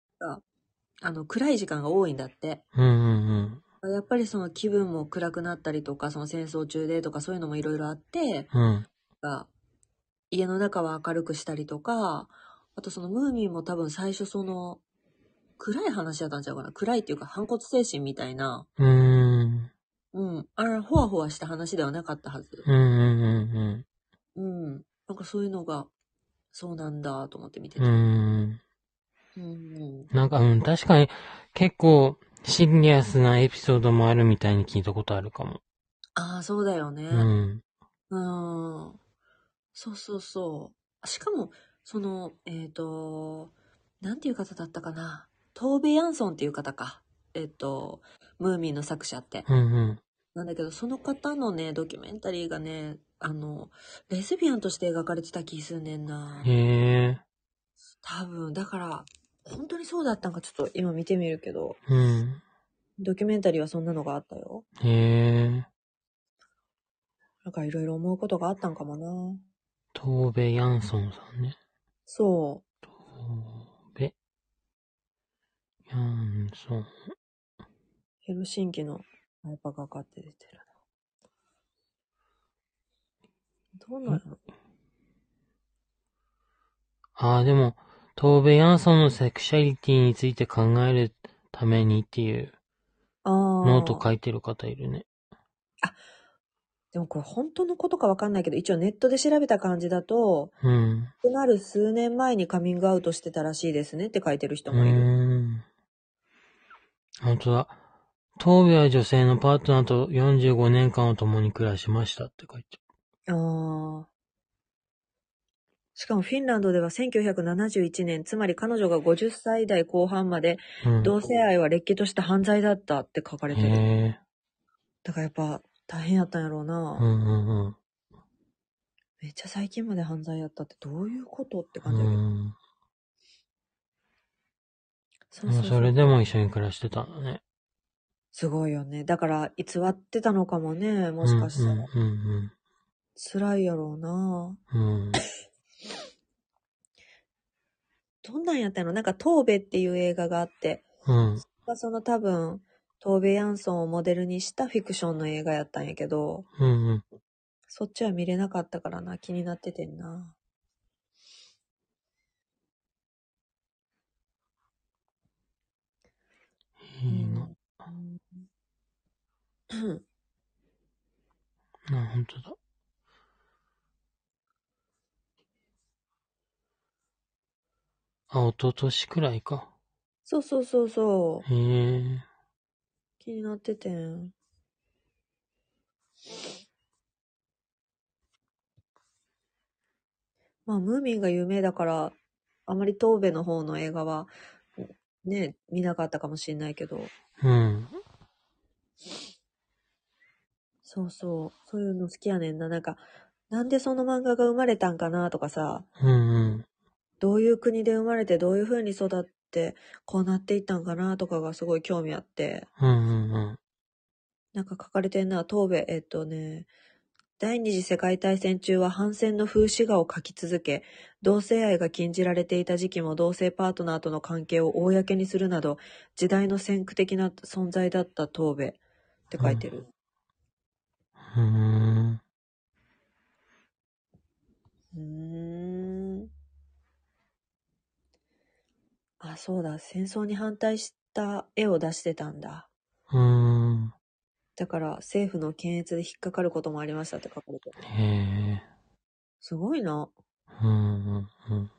S2: あの、暗い時間が多いんだって。
S1: うんうんうん。
S2: やっぱりその気分も暗くなったりとか、その戦争中でとかそういうのもいろいろあって、
S1: うん。
S2: が家の中は明るくしたりとか、あとそのムーミンも多分最初その、暗い話やったんちゃうかな。暗いっていうか反骨精神みたいな、
S1: うーん。
S2: うん、あれ、ほわほわした話ではなかったはず。
S1: うんうんうん
S2: うん。なんかそういうのが、そうなんだと思って見て
S1: うん。う
S2: た。
S1: ーん。
S2: うん。
S1: なんか、うん、確かに、結構、シリアスなエピソードもあるみたいに聞いたことあるかも。
S2: ああ、そうだよね。
S1: うん。
S2: うん。そうそうそう。しかも、その、えっ、と、なんていう方だったかな。トーベ・ヤンソンっていう方か。えっ、と、ムーミンの作者って。
S1: うんうん。
S2: なんだけど、その方のね、ドキュメンタリーがね、あの、レズビアンとして描かれてた気すんねんな。
S1: へえ。
S2: 多分、だから、本当にそうだったんか、ちょっと今見てみるけど、
S1: うん。
S2: ドキュメンタリーはそんなのがあったよ。
S1: へえ。
S2: なんかいろいろ思うことがあったんかもな。
S1: ト東部ヤンソンさんね。
S2: そ
S1: 東部ヤンソン。
S2: う。ヘルシンキのナイパがかかって出てるな。どうなるの
S1: ああ、でも、東部ヤンソンのセクシャリティについて考えるためにっていう
S2: あー
S1: ノート書いてる方いるね。
S2: でもこれ本当のことかわかんないけど、一応ネットで調べた感じだと、
S1: うん。
S2: 亡くなる数年前にカミングアウトしてたらしいですねって書いてる人
S1: う
S2: もいる。
S1: ーん。本当だ。東部は女性のパートナーと45年間を共に暮らしましたって書いてある。
S2: ああ。しかもフィンランドでは1971年、つまり彼女が50歳代後半まで、
S1: うん。
S2: 同性愛はれっきとした犯罪だったって書かれてる。
S1: へえ。
S2: だからやっぱ大変やったんやろうな。
S1: うんうん
S2: めっちゃ最近まで犯罪やったってどういうことって
S1: う
S2: 感じだけど。
S1: ん。
S2: そ
S1: うん。
S2: う
S1: も
S2: そうう
S1: そ
S2: そう
S1: れでも一緒に暮らしてたんだね。
S2: すごいよね。だから偽ってたのかもね、もしかしたら。
S1: うんうん
S2: 辛いやろうな。
S1: うんうん。
S2: どんなんやったのなんか、東部っていう映画があって、
S1: うん。
S2: まあその多分、東部ヤンソンをモデルにしたフィクションの映画やったんやけど、
S1: うんうん。
S2: そっちは見れなかったからな、気になっててんな。
S1: いいな。
S2: うん
S1: あ、本当だ。あ、一昨年くらいか。
S2: そうそうそうそう。
S1: へえ。
S2: 気になっててん。まあ、ムーミンが有名だから、あまり東部の方の映画は、ね、見なかったかもしれないけど、
S1: うん。
S2: そうそう、そういうの好きやねんな。なんか、なんでその漫画が生まれたんかなとかさ、
S1: うん
S2: どういう国で生まれて、どういう風に育って、こうなっていったんかなとかがすごい興味あって、
S1: うん。うんうんうん。
S2: なんか書かれてんな、東部、えっとね、第二次世界大戦中は反戦の風刺画を描き続け、同性愛が禁じられていた時期も同性パートナーとの関係を公にするなど、時代の先駆的な存在だった東部って書いてる。
S1: うーん。
S2: うーん。あ、そうだ、戦争に反対した絵を出してたんだ。
S1: うーん。
S2: だから政府の検閲で引っかかることもありましたって書かれてる。
S1: へえ。
S2: すごいな。
S1: うんうんうん。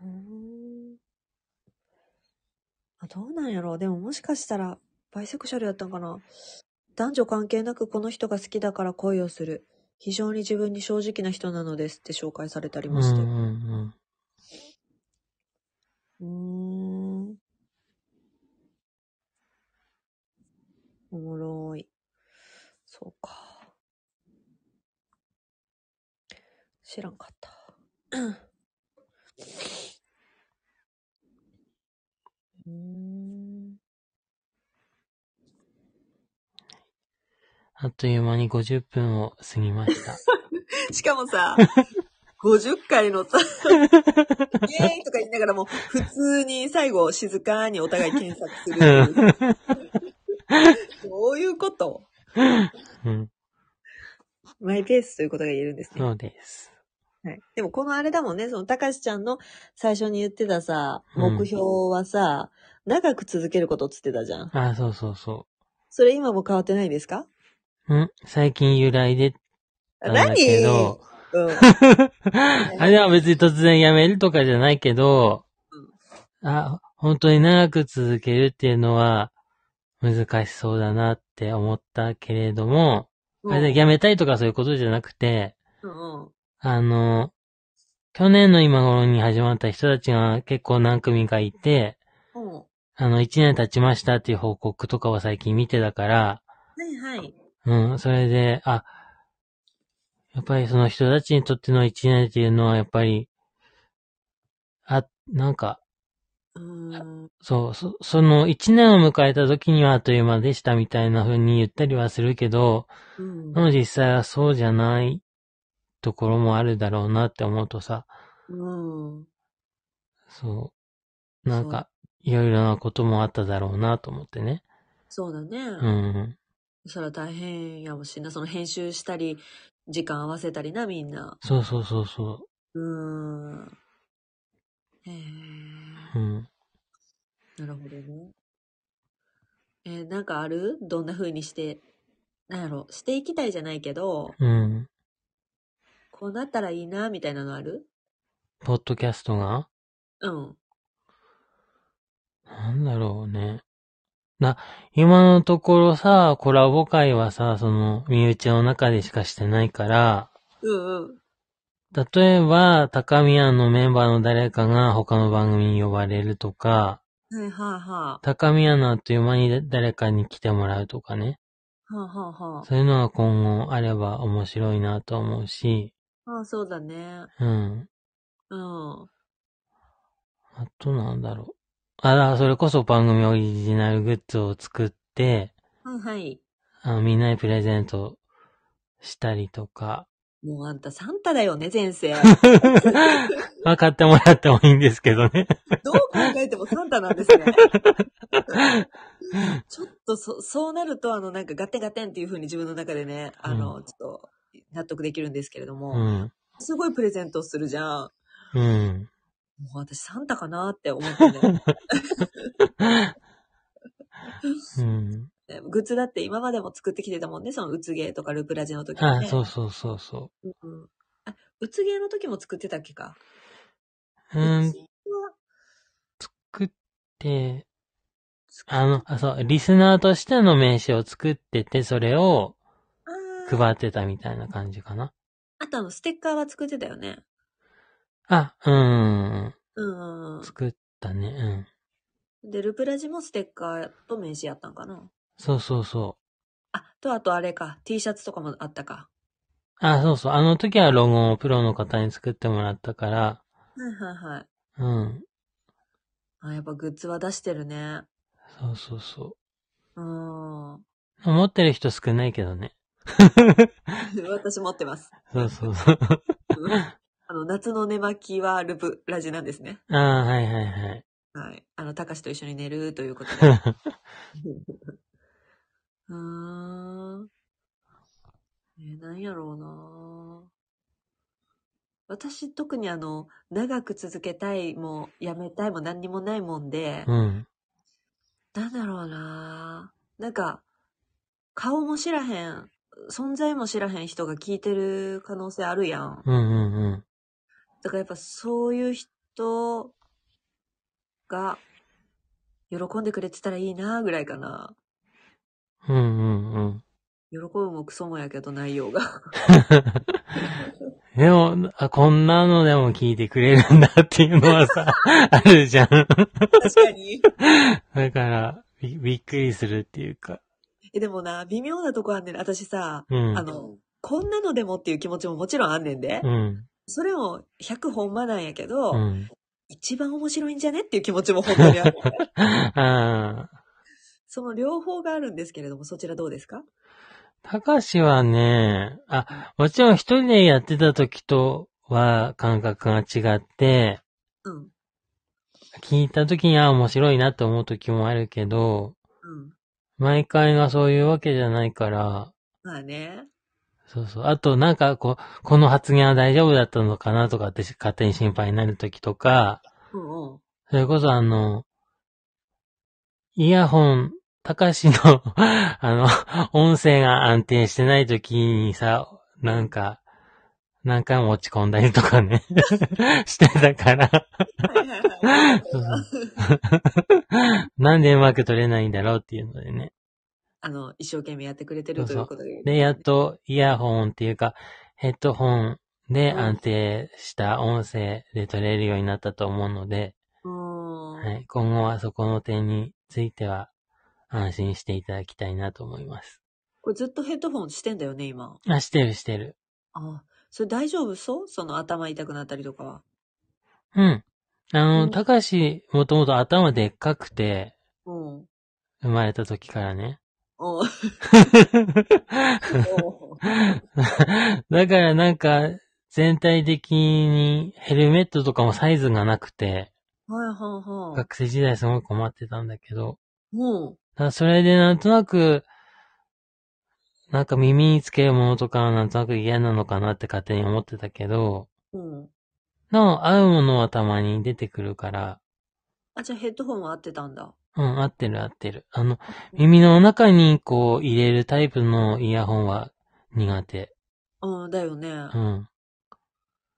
S2: うーんあどうなんやろうでももしかしたらバイセクシャルやったんかな男女関係なくこの人が好きだから恋をする非常に自分に正直な人なのですって紹介されたり
S1: うんう
S2: もして
S1: んうん。
S2: うーんおもろいそうか知らんかったうーん
S1: あっという間に50分を過ぎました。
S2: しかもさ、50回のさ、イエーイとか言いながらも、普通に最後静かにお互い検索するっていう。どういうこと
S1: うん。
S2: マイペースということが言えるんですね。
S1: そうです。
S2: はい、でもこのあれだもんね、そのたかしちゃんの最初に言ってたさ、
S1: うん
S2: 目標はさ、長く続けることっつってたじゃん。
S1: あ、そうそうそ
S2: それ今も変わってないんですか
S1: う。ん最近由来で
S2: あ
S1: なんだ
S2: 何
S1: けど
S2: うん。
S1: あれは別に突然やめるとかじゃないけど、あ、本当に長く続けるっていうのは難しそうだなって思ったけれども、 あれでやめたいとかそういうことじゃなくて、
S2: うんうん
S1: あの、去年の今頃に始まった人たちが結構何組かいて、
S2: うん。は
S1: あの、1年経ちましたっていう報告とかは最近見てたから、
S2: いはい。
S1: うん、それで、あ、やっぱりその人たちにとっての一年っていうのは、やっぱり、あ、なんか、
S2: うーん。
S1: そう、そその一年を迎えた時にはあっという間でしたみたいな風に言ったりはするけど、
S2: うん
S1: でも実際はそうじゃないところもあるだろうなって思うとさ、
S2: うん。
S1: そう、なんか、いろいろなこともあっただろうなと思ってね。
S2: そうだね。
S1: うん。
S2: それは大変やもしんな。その編集したり、時間合わせたりな、みんな。
S1: そうそうそうそう
S2: ーん。え
S1: う。うん。
S2: ー、なるほどね。えー、なんかあるどんな風にして、なんやろ、していきたいじゃないけど、
S1: うん。
S2: こうなったらいいな、みたいなのある
S1: ポッドキャストが
S2: うん。
S1: なんだろうね。な、今のところさ、コラボ会はさ、その、身内の中でしかしてないから、
S2: うんうん。
S1: 例えば、高宮のメンバーの誰かが他の番組に呼ばれるとか、
S2: はいはいは
S1: 高宮のあっという間に誰かに来てもらうとかね。
S2: い。はあはあは
S1: そういうのが今後あれば面白いなと思うし、
S2: あ。ああ、そうだね。
S1: うん。
S2: うん。
S1: あとなんだろう。あ、だからそれこそ番組オリジナルグッズを作って、
S2: はいはい。
S1: あのみんなにプレゼントしたりとか、
S2: もうあんたサンタだよね、前世。
S1: まあ買ってもらってもいいんですけどね。
S2: どう考えてもサンタなんですね。 ちょっとそ、そうなると、あの、なんかガテンガテンっていう風に自分の中でね、あの、ちょっと納得できるんですけれど
S1: う
S2: も、
S1: ん。
S2: すごいプレゼントするじゃん。
S1: うん。
S2: もう私サンタかなって思って ね。
S1: うん。
S2: グッズだって今までも作ってきてたもんね、そのうつゲーとかルプラジの時も
S1: あ、
S2: ね。
S1: そうそうそうそ
S2: うんあ、うつゲーの時も作ってたっけか。
S1: う。うん
S2: うち。は
S1: 作って、
S2: 作っ
S1: あの、あ、そう、リスナーとしての名刺を作ってて、それを
S2: あー
S1: 配ってたみたいな感じかな。
S2: あとあの、ステッカーは作ってたよね。
S1: あ、うん。
S2: うん。
S1: 作ったね。うん。
S2: で、ルプラジもステッカーと名刺やったんかな。
S1: そうそうそ
S2: あ、と、あとあれか、T シャツとかもあったか。
S1: う。あ、そうそう。あの時はロゴをプロの方に作ってもらったから、
S2: はいはいはい。
S1: うん。
S2: あ、やっぱグッズは出してるね。
S1: そうそうそう
S2: ーん。
S1: う。持ってる人少ないけどね。
S2: 私持ってます。
S1: そうそうそう。
S2: うんあの、夏の寝巻きはルプラジなんですね。
S1: ああ、はいはいはい。
S2: はい。あの、たかしと一緒に寝るということで。うーん。えー、なんやろうな私特にあの、長く続けたいも、やめたいも何にもないもんで、
S1: うん。
S2: なんだろうななんか、顔も知らへん、存在も知らへん人が聞いてる可能性あるやん。
S1: うんうんうん。
S2: だからやっぱそういう人が喜んでくれてたらいいなぐらいかな。
S1: うんうんうん。
S2: 喜ぶもクソもやけど内容が。
S1: でも、あ、こんなのでも聞いてくれるんだっていうのは さ、あるじゃん。
S2: 確かに。
S1: だから、びびっくりするっていうか。
S2: え、でもな、微妙なとこあんねん。私さ、
S1: うん。
S2: あの、こんなのでもっていう気持ちももちろんあんねんで。
S1: うん。
S2: それも100本間なんやけど、
S1: うん。
S2: 一番面白いんじゃねっていう気持ちも本当に ある。
S1: ああ。
S2: その両方があるんですけれども、そちらどうですか
S1: たかしはね、あ、もちろん一人でやってた時とは感覚が違って、
S2: うん。
S1: 聞いた時にあ面白いなと思う時もあるけど、
S2: うん。
S1: 毎回がそういうわけじゃないから、
S2: まあね。
S1: そうそう。あと、なんか、こう、この発言は大丈夫だったのかなとかって勝手に心配になるときとか、
S2: うんうん。
S1: それこそあの、イヤホン、たかしの、 あの、音声が安定してないときにさ、なんか、何回も落ち込んだりとかね、 してたから、
S2: はいはいはい。
S1: そうそうなんでうまく取れないんだろうっていうのでね。
S2: あの、一生懸命やってくれてるということで。
S1: で、やっとイヤホンっていうか、ヘッドホンで
S2: うん
S1: 安定した音声で撮れるようになったと思うので、
S2: うん。
S1: はい、今後はそこの点については安心していただきたいなと思います。
S2: これずっとヘッドホンしてんだよね、今。
S1: あ、してるしてる。
S2: あそれ大丈夫そうその頭痛くなったりとかは。
S1: うん。あ
S2: う
S1: の、
S2: ん
S1: たかし、もともと頭でっかくて、
S2: うん。
S1: 生まれた時からね。
S2: おうおう
S1: だからなんか、全体的にヘルメットとかもサイズがなくて、
S2: はいはいはい。
S1: 学生時代すごい困ってたんだけど、
S2: も
S1: ただそれでなんとなく、なんか耳につけるものとかはなんとなく嫌なのかなって勝手に思ってたけど、
S2: う、うん。
S1: なお合うものはたまに出てくるから、
S2: あ、じゃあヘッドホンは合ってたんだ。
S1: うん、合ってる合ってる。あの、耳の中にこう入れるタイプのイヤホンは苦手。
S2: うん、だよね。
S1: うん。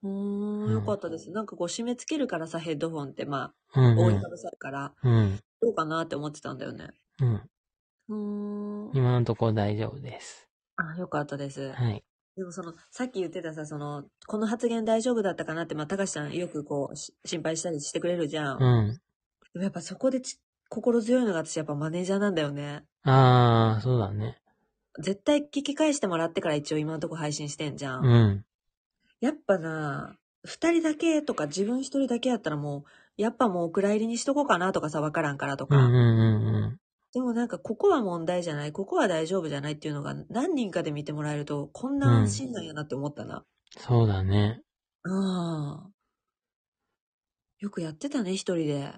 S2: う
S1: う
S2: ー
S1: ん
S2: ん、よかったです。なんかこう締め付けるからさ、ヘッドホンってま
S1: う
S2: あ、
S1: ん、
S2: 覆
S1: う
S2: い
S1: ん
S2: か。ぶさるから、
S1: うん。
S2: どうかなって思ってたんだよね。
S1: うん。
S2: うーん。
S1: 今のところ大丈夫です。
S2: あ、よかったです。
S1: はい。
S2: でもその、さっき言ってたさ、その、この発言大丈夫だったかなって、まあ、高橋さんよくこう、し心配したりしてくれるじゃん。
S1: うん。
S2: でもやっぱそこでち心強いのが私やっぱマネージャーなんだよね。
S1: あー、そうだね。
S2: 絶対聞き返してもらってから一応今のとこ配信してんじゃん。
S1: うん。
S2: やっぱな、二人だけとか自分一人だけやったらもう、やっぱもうお蔵入りにしとこうかなとかさ、わからんからと
S1: う
S2: か。
S1: んうんうんうん。
S2: でもなんか、ここは問題じゃない、ここは大丈夫じゃないっていうのが何人かで見てもらえると、こんな安心なんやなって思ったな。
S1: そうだね。
S2: ああ。よくやってたね、一人で。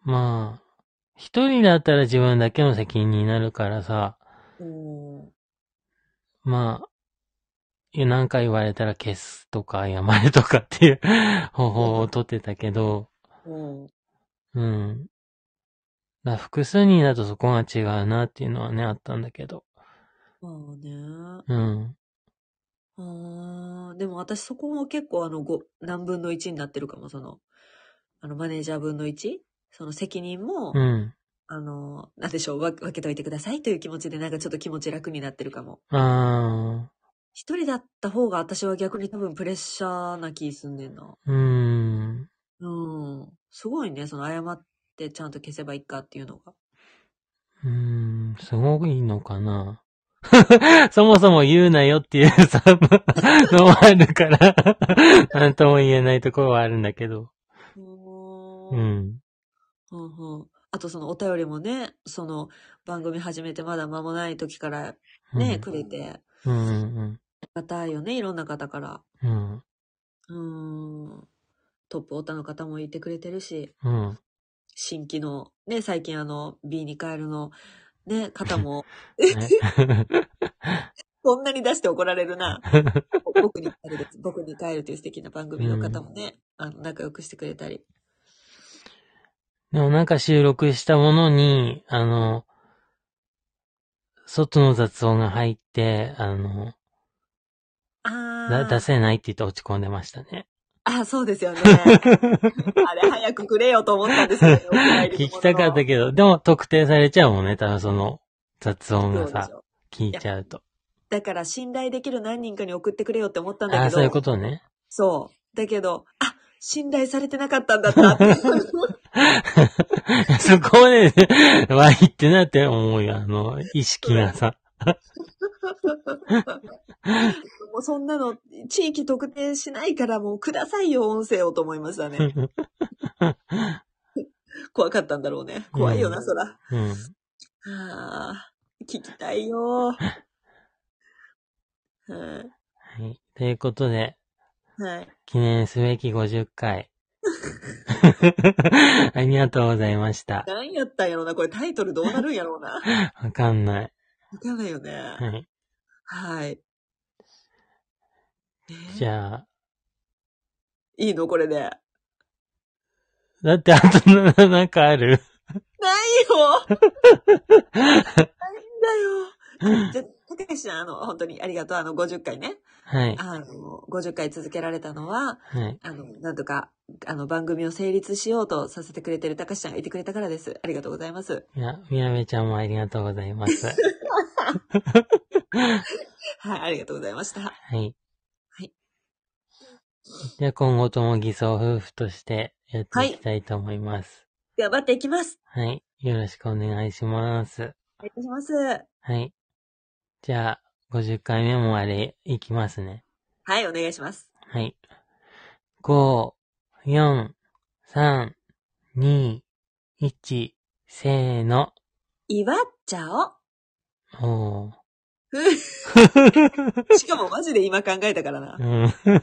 S1: まあ、一人だったら自分だけの責任になるからさ、
S2: おー
S1: まあ、いや何か言われたら消すとか謝るとかっていう方法をとってたけど、
S2: おー
S1: うん。だから複数人だとそこが違うなっていうのはね、あったんだけど。
S2: まあね。
S1: うん。
S2: あーでも私そこも結構あの、ご何分の1になってるかも、その、あの、マネージャー分の 1? その責任も、
S1: うん。
S2: あの、なんでしょう、わ分けといてくださいという気持ちで、なんかちょっと気持ち楽になってるかも。
S1: あ
S2: 一人だった方が私は逆に多分プレッシャーな気すんねんな。
S1: ー、うーん。
S2: うん。すごいね、その謝ってちゃんと消せばいいかっていうのが。
S1: うーん、すごくいいのかな。 そもそも言うなよっていう さ、のもあるから、なんとも言えないところはあるんだけど。
S2: う
S1: う。ん。
S2: うんうん。あとそのお便りもね、その番組始めてまだ間もない時から
S1: うん
S2: ね、くれて、あ
S1: うんうん
S2: りがたいよね、いろんな方から。
S1: うん。
S2: うん。トップオタの方もいてくれてるし、
S1: うん。うん。
S2: 新規の、ね、最近あの、B に変えるの、ね、方も、
S1: ね
S2: こんなに出して怒られるな。僕に帰るです。僕に帰るという素敵な番組の方もね、あの、仲良くしてくれたり。
S1: でもなんか収録したものに、あの、外の雑音が入って、あの、だ
S2: あ
S1: 出
S2: あ。
S1: せないって言って落ち込んでました ね。
S2: あ、そうですよね。あれ、早くくれよと思ったんですけど、
S1: 聞きたかった
S2: ど。
S1: けど、でも特定されちゃうもんね、多分その雑音
S2: そ
S1: が
S2: うでし
S1: さ、
S2: ょ
S1: 聞いちゃうと。
S2: だから、信頼できる何人かに送ってくれよって思ったんだけ
S1: あ
S2: ど。
S1: あ、そういうことね。
S2: そうだけど、あ、信頼されてなかったんだった って。
S1: そこで、ね、わいってなって思うよ、あの、意識が さ。
S2: もうそんなの、地域特定しないから、もうくださいよ、音声をと思いましたね。怖かったんだろうね。怖いよな、
S1: うん
S2: そら。
S1: うん。
S2: ああ、聞きたいよー。は
S1: はい。ということで、
S2: い。はい。
S1: 記念すべき50回。 ありがとうございました。
S2: 何やったんやろうな。これタイトルどうなるんやろうな。わ
S1: わかんない。
S2: かんないよね。
S1: はい。
S2: はい。えー
S1: じゃあ、
S2: いいのこれで。
S1: だ
S2: ないよ
S1: ってあとな、なんかある
S2: ないんだよじゃ、たけしさん、あの、本当にありがとう。あの、50回ね。
S1: はい。
S2: あの、50回続けられたのは、
S1: はい。
S2: あの、なんとか、あの、番組を成立しようとさせてくれてるたかしちゃんがいてくれたからです。ありがとうございます。
S1: いや、みやべちゃんもありがとうござい ます。
S2: はい、ありがとうございました。
S1: はい。
S2: はい。
S1: じゃあ今後とも偽装夫婦としてやっていきたいと思います。
S2: 頑張っていきます。
S1: はい。よろしくお願いします。
S2: お願いします。は
S1: はい。じゃあ、50回目もあれ、いきますね。
S2: い、お願いします。
S1: はい。5、4、3、2、1、せーの。
S2: 祝っちゃおう。
S1: おー。
S2: 夫しかもマジで今考えたからな。
S1: 嗯うん。